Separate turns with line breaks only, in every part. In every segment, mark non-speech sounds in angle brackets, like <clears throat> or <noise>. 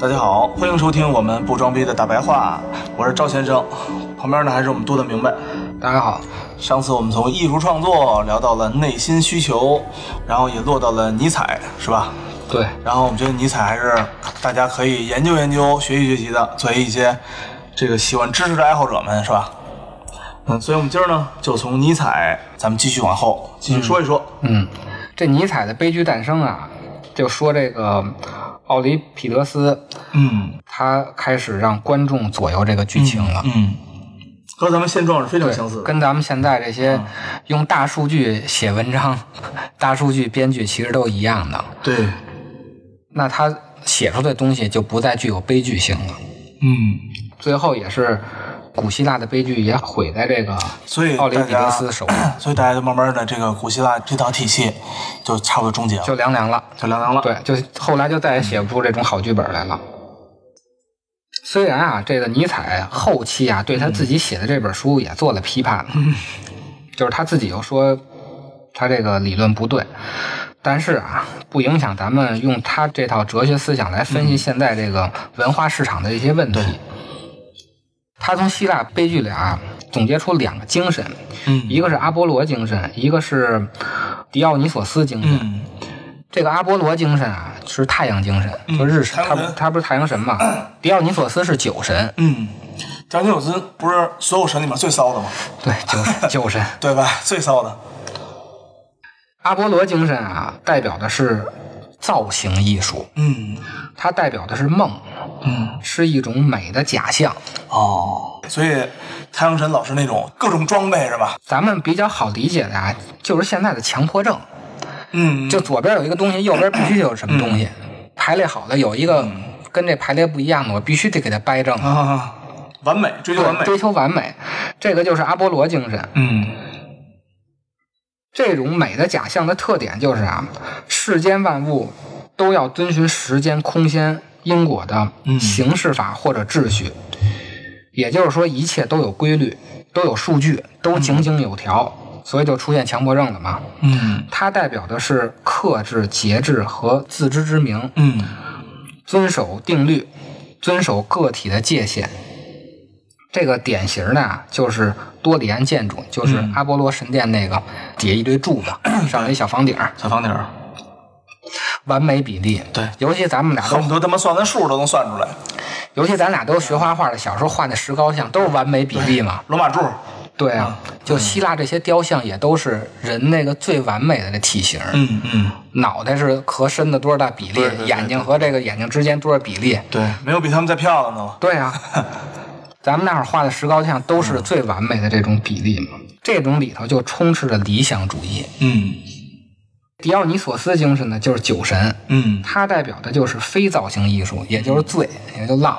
大家好，欢迎收听我们不装逼的大白话，我是赵先生，旁边呢还是我们度的明白。
大家好，
上次我们从艺术创作聊到了内心需求，然后也落到了尼采，是吧？
对，
然后我们觉得尼采还是大家可以研究研究、学习学习的，作为一些这个喜欢知识的爱好者们，是吧？嗯，所以我们今儿呢，就从尼采，咱们继续往后继续说一说。
嗯，这尼采的悲剧诞生啊，就说这个呃奥林匹德斯，
嗯
他开始让观众左右这个剧情了。
嗯，和咱们现状是非常
对
相似嗯的。
跟咱们现在这些用大数据写文章、 <laughs> 大数据编剧其实都一样的。
对，
那他写出的东西就不再具有悲剧性了。
嗯， <coughs>
最后也是古希腊的悲剧也毁在这个
所以
奥林匹
大
德
家
斯手上，
所以大家就慢慢的这个古希腊这套体系就差不多终结了，
就凉凉了。
就凉凉了。
对，就后来就再也写不出这种好剧本来了。虽然啊，这个尼采后期啊对他自己写的这本书也做了批判，
嗯
<laughs> 就是他自己又说他这个理论不对，但是啊，不影响咱们用他这套哲学思想来分
嗯
析现在这个文化市场的一些问题。他从希腊悲剧里啊总结出两个精神，
嗯
一个是阿波罗精神，一个是狄奥尼索斯精神。
嗯
这个阿波罗精神啊，是太阳精神，就日神，
嗯太阳
他
神
不他不是太阳神嘛？狄奥尼索斯是酒神，
嗯，张金有斯不是所有神里面最骚的吗？
对，酒神酒神。
对吧？最骚的。
阿波罗精神啊，代表的是造型艺术，
嗯
它代表的是梦，
嗯
是一种美的假象。
哦，所以太阳神老是那种各种装备是吧？
咱们比较好理解的啊，就是现在的强迫症，
嗯，
就左边有一个东西，右边必须得有什么东西，排列好的有一个
嗯
跟这排列不一样的，我必须得给它掰正，
啊，完美，追求完美。
追求完美，这个就是阿波罗精神。
嗯
这种美的假象的特点就是啊，世间万物都要遵循时间、空间、因果的形式法或者秩序，也就是说，一切都有规律，都有数据，都井井有条，所以就出现强迫症了嘛。
嗯
它代表的是克制、节制和自知之明，
嗯
遵守定律，遵守个体的界限。这个典型的啊，就是多里安建筑，就是阿波罗神殿那个底下一堆柱子，
嗯
上面一小房顶儿，
小房顶儿，
完美比例。
对
尤其咱们俩
恨
都，
不得他妈算个数都能算出来。
尤其咱俩都学画画的，小时候画那石膏像都是完美比例嘛。
罗马柱，
对啊，
嗯
就希腊这些雕像也都是人那个最完美的那体型，
嗯嗯，
脑袋是和身子多少大比例
对对对，
眼睛和这个眼睛之间多少比例。
对，没有比他们再漂亮的了。<laughs>
对啊，咱们那会儿画的石膏像都
嗯
是最完美的这种比例嘛。这种里头就充斥着理想主义。
嗯
狄奥尼索斯精神呢，就是酒神，
嗯，
它代表的就是非造型艺术，也就是醉，也就
<laughs>
浪，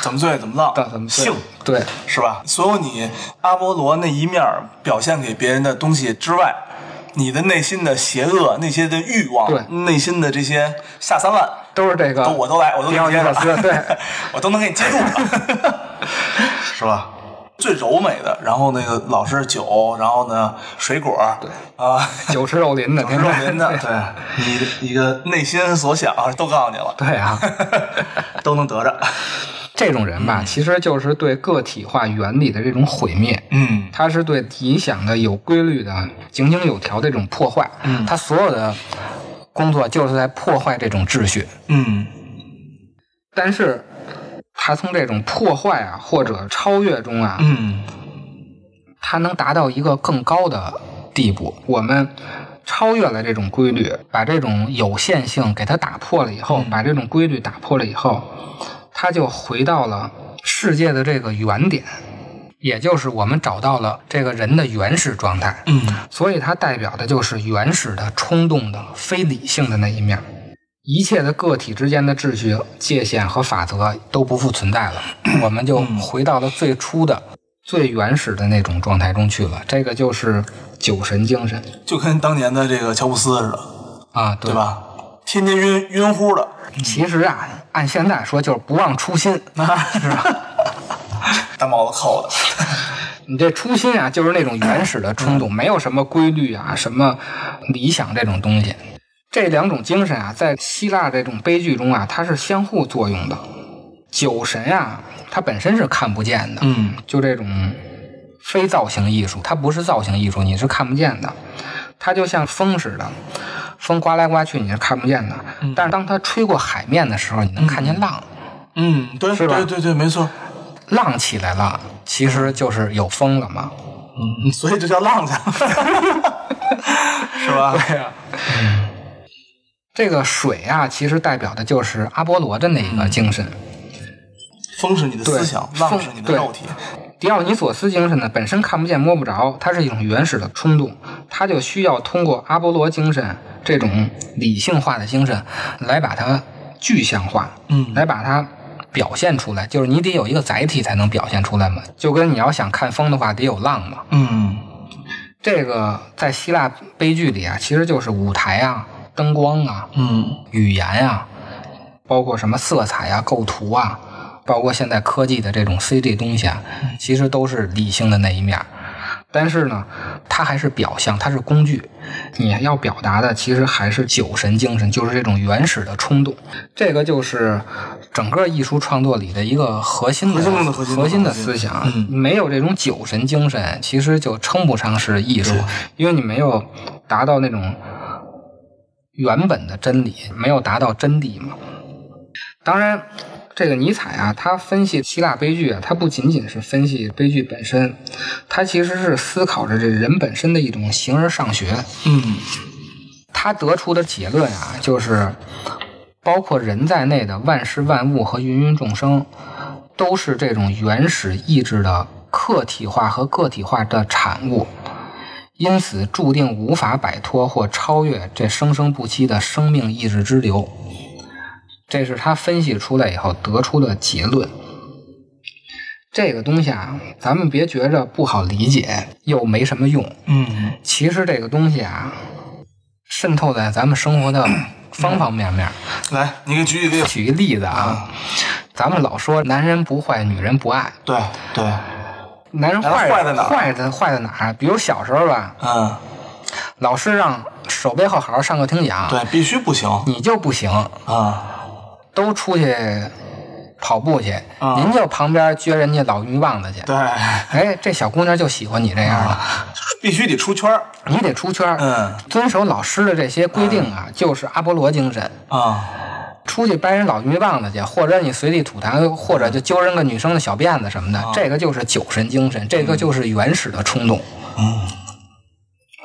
怎么醉怎么浪
到，咱们醉
性
对
是吧？所有你阿波罗那一面儿表现给别人的东西之外，你的内心的邪恶、那些的欲
对
望、内心的这些下三滥，
都是这个，
都我都来，我都
迪
给
奥
你
尼
接
索
着，
斯，对，
<laughs> 我都能给你接住了， <laughs> 是吧？最柔美的，然后那个老是酒，然后呢水果，对啊，
<laughs> 酒池
<laughs>
肉林的，
肉
天天
林的，对你一个内心所想都告诉你了， <laughs>
对啊，
都能得 <laughs> 着，
这种人
嗯
吧，其实就是对个体化原理的这种毁灭。
嗯
它是对理想的有规律的、井井有条的这种破坏。嗯，他所有的工作就是在破坏这种秩序。
嗯
但是，他从这种破坏啊或者超越中啊，
嗯
他能达到一个更高的地步。我们超越了这种规律，把这种有限性给它打破了以后，把这种规律打破了以后，它就回到了世界的这个原点。也就是我们找到了这个人的原始状态，
嗯
所以它代表的就是原始的、冲动的、非理性的那一面。一切的个体之间的秩序、界限和法则都不复存在了，我们就回到了最初的、最原始的那种状态中去了。这个就是酒神精神
就跟当年的这个乔布斯似的，
啊，
对
对？
吧？天天晕晕乎的，
其实啊，按现在说就是不忘初心，是吧？
大帽子扣的，
你这初心啊，就是那种原始的冲动，没有什么规律啊、什么理想这种东西。这两种精神啊，在希腊这种悲剧中啊，它是相互作用的。酒神啊，它本身是看不见的，
嗯，
就这种非造型艺术，它不是造型艺术，你是看不见的。它就像风似的，风刮来刮去，你是看不见的。但是当它吹过海面的时候，你能看见浪。
嗯，对，
是吧
对对对，没错，
浪起来了，其实就是有风了嘛。
嗯，所以就叫 <laughs> 浪去，是吧？
对呀、这个水啊，其实代表的就是阿波罗的那一个精神。
风是你的思
对
想，浪
风
是你的
对
肉体，
迪奥尼索斯精神呢，本身看不见摸不着，它是一种原始的冲动，它就需要通过阿波罗精神这种理性化的精神来把它具象化，
嗯
来把它表现出来。就是你得有一个载体才能表现出来嘛，就跟你要想看风的话，得有浪嘛。
嗯
这个在希腊悲剧里啊，其实就是舞台啊、灯光啊、
嗯
语言啊，包括什么色彩啊、构图啊，包括现在科技的这种 CG 东西啊，其实都是理性的那一面儿。但是呢，它还是表象，它是工具。你要表达的其实还是酒神精神，就是这种原始的冲动。这个就是整个艺术创作里的一个核心的
核心中的核心中的
的
核心
思想。
嗯
没有这种酒神精神，其实就称不上是艺术，因为你没有达到那种原本的真理，没有达到真理嘛。当然，这个尼采啊，他分析希腊悲剧啊，他不仅仅是分析悲剧本身，他其实是思考着这人本身的一种形而上学。
嗯
他得出的结论啊，就是包括人在内的万事万物和芸芸众生，都是这种原始意志的客体化和个体化的产物，因此注定无法摆脱或超越这生生不息的生命意志之流。这是他分析出来以后得出的结论。这个东西啊，咱们别觉着不好理解，又没什么用。
嗯，
其实这个东西啊，渗透在咱们
<clears throat>
生活的方方面面。
来，你给举几个例子，
举个例子啊，咱们老说男人不坏，女人不爱，
对对，
男人坏
坏在哪儿
坏在坏在哪儿？比如小时候吧，
嗯，
老师让手背后好好上课听讲，
对，必须不行
你就不行，
啊，
都出去跑步去，
啊
您就旁边撅人家老鱼棒子去。
对，
哎，这小姑娘就喜欢你这样的，
必须得出圈儿，
你得出圈儿，
嗯
遵守老师的这些规定啊，就是阿波罗精神。
啊，
出去掰人老鱼棒子去，或者你随地吐痰，或者就揪人个女生的小辫子什么的，
啊
这个就是酒神精神，这个就是原始的冲动。
嗯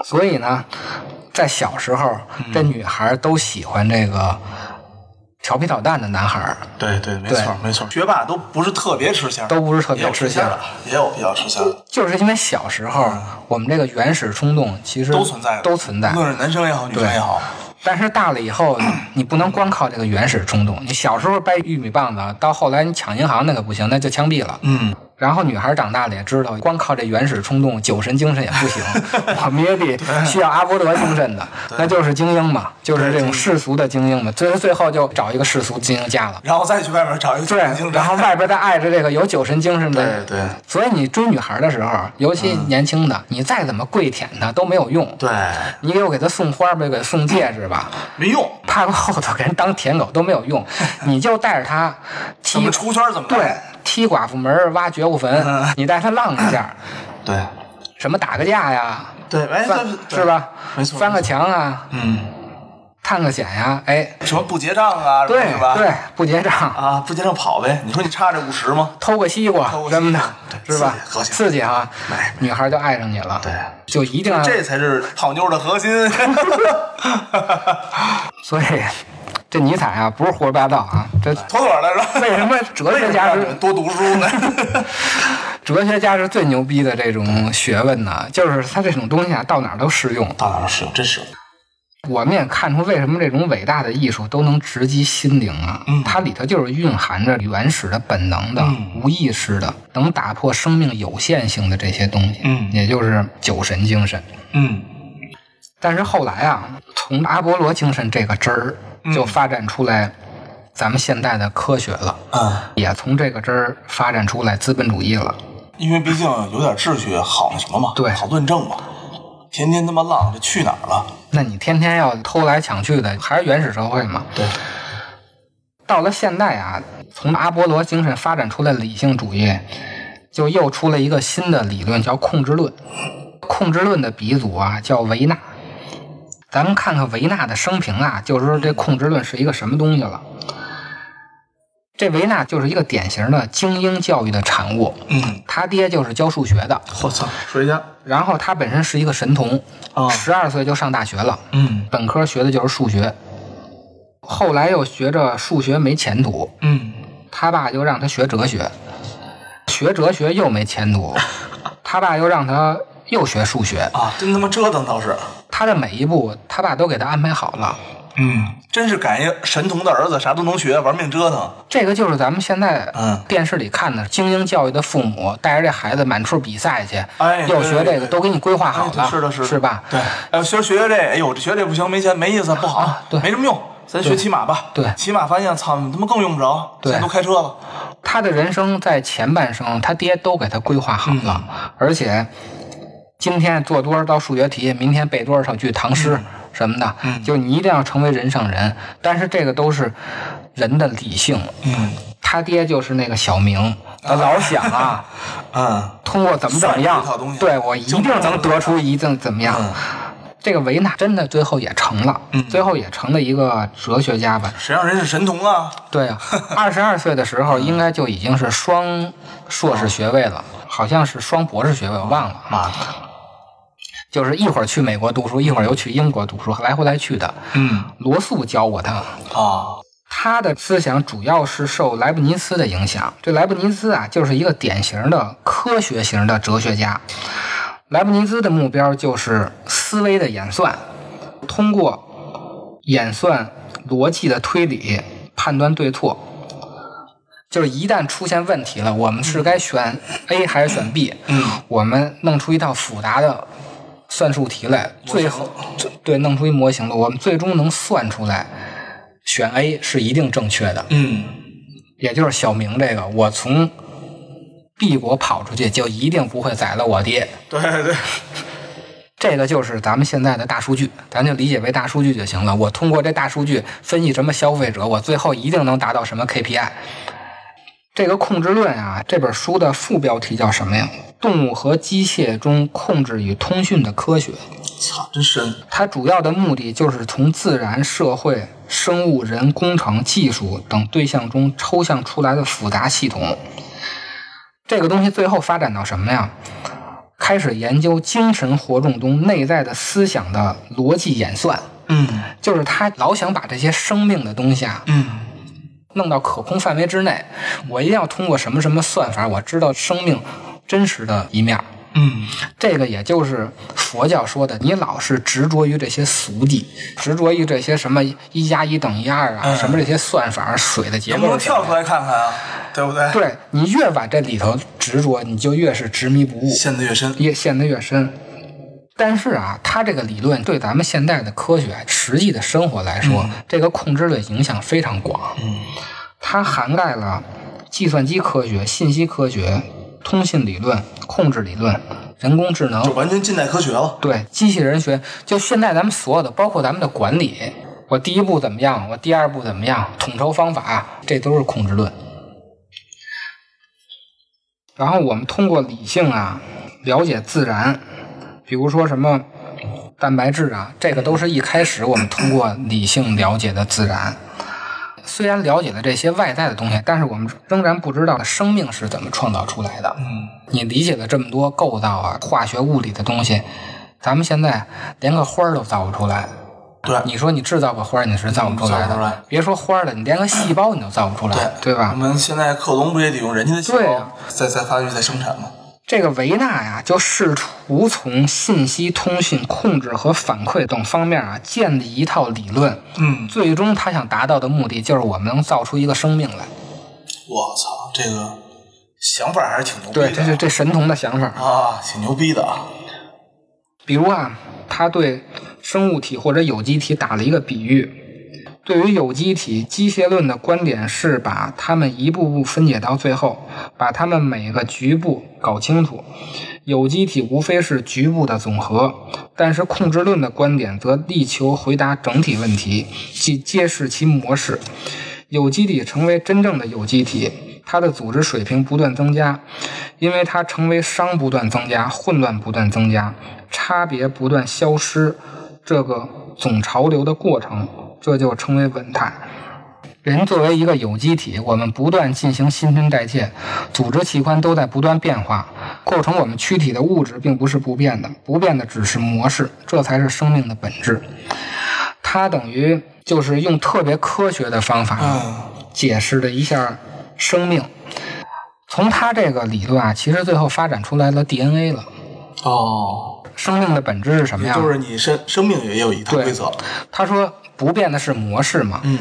所以呢，在小时候，这女孩都喜欢这个调皮捣蛋的男孩儿，
对对，没
对
错没错，学霸都不是特别吃香，
都不是特
也
别
有
吃
吃香
香
的。，也有比较吃香的，
就是因为小时候，我们这个原始冲动其实
都存在的，
都存在
无。论是男生也好，女生也好，
但是大了
<clears throat>
以后，你不能光靠这个原始冲动。你小时候掰玉米棒子，到后来你抢银行那个不行，那就枪毙了。
嗯，
然后女孩长大了也知道，光靠这原始冲动、酒神精神也
<laughs>
不行，我们也得需要阿波罗精神的，那就是精英嘛，就是这种世俗的精英嘛。最最后就找一个世俗精英嫁了。
然后再去外面找一个
对
精神，，
然后外边再爱着这个有酒神精神
对
的。
对嗯
所以你追女孩的时候，尤其年轻的，你再怎么跪舔她都没有用。
对，
你给我给她送花呗，给她送戒指吧，
没用，
趴个后头给人当舔狗都没有用，
<laughs>
你就带着她
怎
踢
么出圈嗯儿怎么
对
来，
踢寡妇门儿挖掘物坟，你带她浪一下。
<laughs> 对
什么打个架呀，
对，哎，
翻
对对
是吧？
没错，
翻个墙啊，
嗯，
探个险呀，哎，
什么不结账啊，
对
是吧？
对，不结账，
啊，不结账跑呗，你说你差这五十吗？
偷个西瓜
偷个西瓜
什么的，
对
是吧？
刺激高兴
刺激啊
哎，
女孩就爱上你了，
对，
就一定要，
这才是泡妞的核心。
所以这尼采啊，不是胡说八道啊，这
妥妥的是吧？
为什么哲学家
为什么让你
是
们多读书呢？
哲学家是最牛
嗯
逼的这种学问呢？就是他这种东西啊，到哪儿都适用。
当然是，真是
我们也看出为什么这种伟大的艺术都能直击心灵啊，
嗯
它里头就是蕴含着原始的本能的、
嗯
无意识的，能打破生命有限性的这些东西，
嗯
也就是酒神精神。
嗯
但是后来啊，从阿波罗精神这个汁儿
嗯
就发展出来咱们现代的科学了，
啊，
也从这个汁儿发展出来资本主义了。
因为毕竟有点秩序，好那什么嘛，
对
好论证嘛。天天他妈浪，这去哪儿了？
那你天天要偷来抢去的，还是原始社会嘛？
对，
到了现代啊，从阿波罗精神发展出来的理性主义，就又出了一个新的理论，叫控制论。控制论的鼻祖啊，叫维纳。咱们看看维纳的生平啊，就是说这控制论是一个什么东西了。这维纳就是一个典型的精英教育的产物，
嗯，
他爹就是教数学的，
我操，数学家，
然后他本身是一个神童
啊，
十二岁就上大学了，
嗯
本科学的就是数学，后来又学着数学没前途，
嗯，
他爸就让他学哲学，学哲学又没前途，他爸又让他又学数学，
啊，真他妈折腾倒是，
他的每一步他爸都给他安排好了。
嗯，真是感谢神童的儿子，啥都能学，玩命折腾，
这个就是咱们现在
嗯
电视里看的精英教育的父母带着这孩子满处比赛去，
哎
又
对
学这
对对
个都给你规划好了，
哎是的是的
是吧？
对，哎，学学学这，哎呦，这学这不行，没钱，没意思，不好，
啊对
没什么用。咱学骑马吧，
对
骑马发现操，你他妈更用不着，
对
现在都开车了，
他的人生在前半生，他爹都给他规划好了，
嗯
而且今天做多少道数学题，明天背多少
嗯
句唐诗什么的，就你一定要成为人上人。但是这个都是人的理性，
嗯
他爹就是那个小明，他老想啊，
嗯，
通过怎么怎么
算
样
出一套东西，
对我一定能得出一定怎么样。
嗯
这个维纳真的最后也成了，最后也成了一个哲学家吧，
谁让人是神童啊？
对啊，二十二岁的时候应该就已经是双硕士学位了，好像是双博士学位，我忘了。
妈的，
就是一会儿去美国读书，一会儿又去英国读书，来回来去的。
嗯
罗素教过他，
啊，
他的思想主要是受莱布尼茨的影响。这莱布尼茨啊，就是一个典型的科学型的哲学家。莱布尼茨的目标就是思维的演算，通过演算逻辑的推理判断对错。就是一旦出现问题了，我们是该选 A 还是选 B？
嗯，
我们弄出一套复杂的算术题来，最后最对弄出一模型了，我们最终能算出来，选 A 是一定正确的。
嗯
也就是小明这个，我从 B 国跑出去，就一定不会宰了我爹。
对对，
这个就是咱们现在的大数据，咱就理解为大数据就行了。我通过这大数据分析什么消费者，我最后一定能达到什么 KPI。这个控制论啊，这本书的副标题叫什么呀？动物和机械中控制与通讯的科学。
操，真深，
它主要的目的就是从自然、社会、生物、人、工程、技术等对象中抽象出来的复杂系统。这个东西最后发展到什么呀？开始研究精神活动中内在的思想的逻辑演算，
嗯
就是他老想把这些生命的东西啊
嗯
弄到可控范围之内。我一定要通过什么什么算法，我知道生命真实的一面儿。
嗯
这个也就是佛教说的，你老是执着于这些俗谛，执着于这些什么一加一等于二啊，
嗯
什么这些算法、水的结
能不
构
能
是什
跳
么的。
出来看看啊？对不对？
对你越往这里头执着，你就越是执迷不悟，
陷得越深，
越陷得越深。但是啊，他这个理论对咱们现代的科学、实际的生活来说，这个控制论影响非常广。
嗯
它涵盖了计算机科学、信息科学、通信理论、控制理论、人工智能
就，完全近代科学了。
对，机器人学就现在咱们所有的，包括咱们的管理，我第一步怎么样，我第二步怎么样，统筹方法，这都是控制论。然后我们通过理性啊，了解自然，比如说什么蛋白质啊，这个都是一开始我们通过理性了解的自然。虽然了解了这些外在的东西，但是我们仍然不知道生命是怎么创造出来的。
嗯，
你理解了这么多构造啊、化学、物理的东西，咱们现在连个花儿都造不出来。
对，
你说你制造个花儿，你是造不出来
嗯造不出来
的。别说花儿了，你连个细胞你都造不出来，对
我
吧？
们现在克隆不也得用人家的细
对
胞
啊
再再发育再生产吗？
这个维纳呀，就试图从信息通讯、控制和反馈等方面啊，建立一套理论。
嗯，
最终，他想达到的目的就是我们能造出一个生命来。
我操，这个想法还是挺牛逼的
对，
啊，
这是这神童的想法。
啊，挺牛逼的啊。
比如啊，他对生物体或者有机体打了一个比喻。对于有机体，机械论的观点是把它们一步步分解到最后，把它们每个局部搞清楚。有机体无非是局部的总和，但是控制论的观点则力求回答整体问题，即揭示其模式。有机体成为真正的有机体，它的组织水平不断增加，因为它成为熵不断增加，混乱不断增加，差别不断消失，这个总潮流的过程，这就称为稳态。人作为一个有机体，我们不断进行新陈代谢，组织器官都在不断变化，构成我们躯体的物质并不是不变的，不变的只是模式，这才是生命的本质。它等于就是用特别科学的方法解释了一下生命。从他这个理论啊，其实最后发展出来了 DNA 了。
哦，
生命的本质是什么
也
呀？
就是你生生命也有一套
对
规则，
他说不变的是模式嘛。
嗯，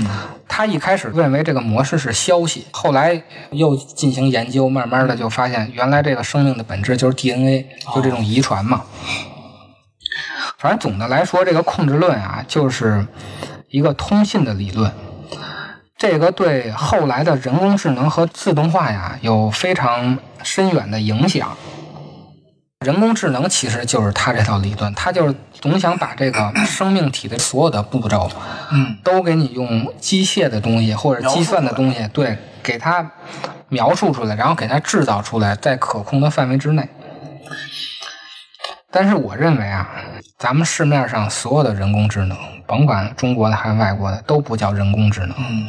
他一开始认为这个模式是消息，后来又进行研究，慢慢的就发现原来这个生命的本质就是 DNA，就这种遗传嘛。反正总的来说，这个控制论啊，就是一个通信的理论。这个对后来的人工智能和自动化呀，有非常深远的影响。人工智能其实就是他这套理论，他就是总想把这个生命体的所有的步骤，
嗯，
都给你用机械的东西或者计算的东西，对，给它描述出来，然后给它制造出来，在可控的范围之内。但是我认为啊，咱们市面上所有的人工智能，甭管中国的还是外国的，都不叫人工智能，
嗯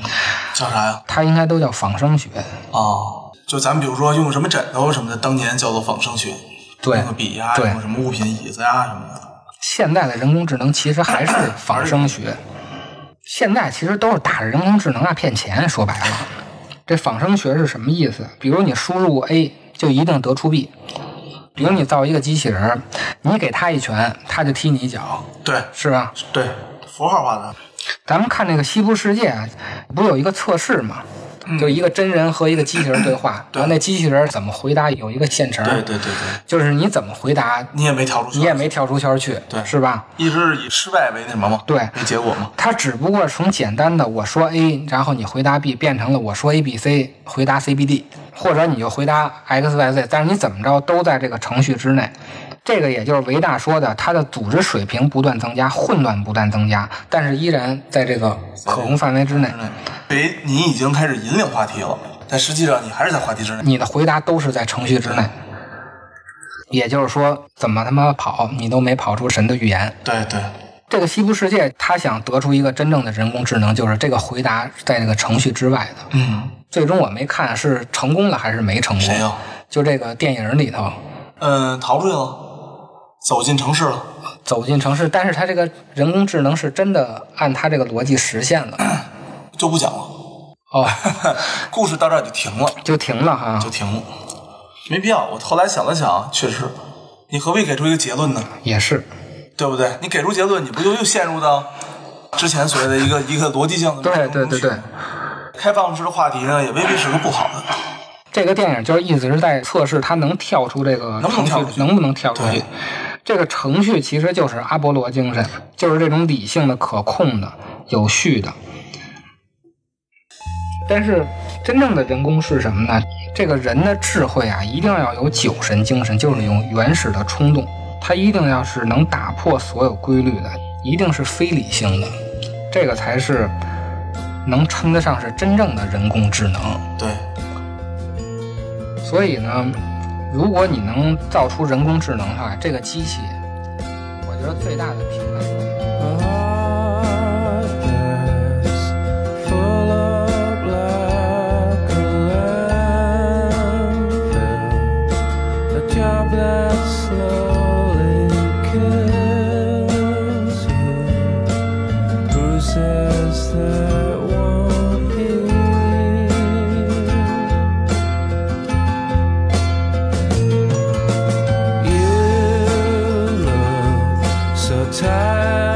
叫啥呀？
它应该都叫仿生学。
哦，就咱们比如说用什么枕头什么的，当年叫做仿生学，
对
用个笔呀、
对
用什么物品椅子呀、什么的。
现在的人工智能其实还是仿生学，现在其实都是打着人工智能啊骗钱。说白了，这仿生学是什么意思？比如你输入 A 就一定得出 B，比如你造一个机器人儿，你给它一拳，它就踢你一脚，
对
是吧？
对，符号化的。
咱们看那个《西部世界》啊，不是有一个测试嘛？
嗯
就一个真人和一个机器人对话，然后那机器人怎么回答有一个现成，
对对对对，
就是你怎么回答，
你也没跳出去，
你也没跳出圈儿去，
对
是吧？
一直是以失败为那什么嘛？
对
为结果嘛？
它只不过从简单的我说 A，然后你回答 B 变成了我说 A B C，回答 C B D，或者你就回答 X Y Z，但是你怎么着都在这个程序之内。这个也就是维大说的，它的组织水平不断增加，混乱不断增加，但是依然在这个可控范围之内。
为你已经开始引领话题了，但实际上你还是在话题之内。
你的回答都是在程序之内。也就是说，怎么他妈跑，你都没跑出神的预言。
对对，
这个西部世界，他想得出一个真正的人工智能，就是这个回答是在这个程序之外的。
嗯，
最终我没看是成功了还是没成功。
谁呀
就这个电影里头
嗯，逃出去了，走进城市了。
走进城市，但是他这个人工智能是真的按他这个逻辑实现 <coughs> 了，
就不讲了， <laughs>
哦，
故事到这儿就停了，
就停了哈
就。停了，没必要。我后来想了想，确实，你何必给出一个结论呢？
也是，
对不对？你给出结论，你不就又陷入到之前所谓的一个一个逻辑性的
对对对对。
开放式的话题呢，也未必是个不好的。
这个电影就是一直在测试它能跳出这个
能不能
程序
跳出去
能不能跳出去
对。
这个程序其实就是阿波罗精神，就是这种理性的、可控的、有序的。但是真正的人工是什么呢？这个人的智慧啊，一定要有酒神精神，就是有原始的冲动，它一定要是能打破所有规律的，一定是非理性的，这个才是能称得上是真正的人工智能。
对，
所以呢，如果你能造出人工智能的话，这个机器，我觉得最大的平台。
Full up like a landfill, a job that slowly kills you, bruises that won't heal. I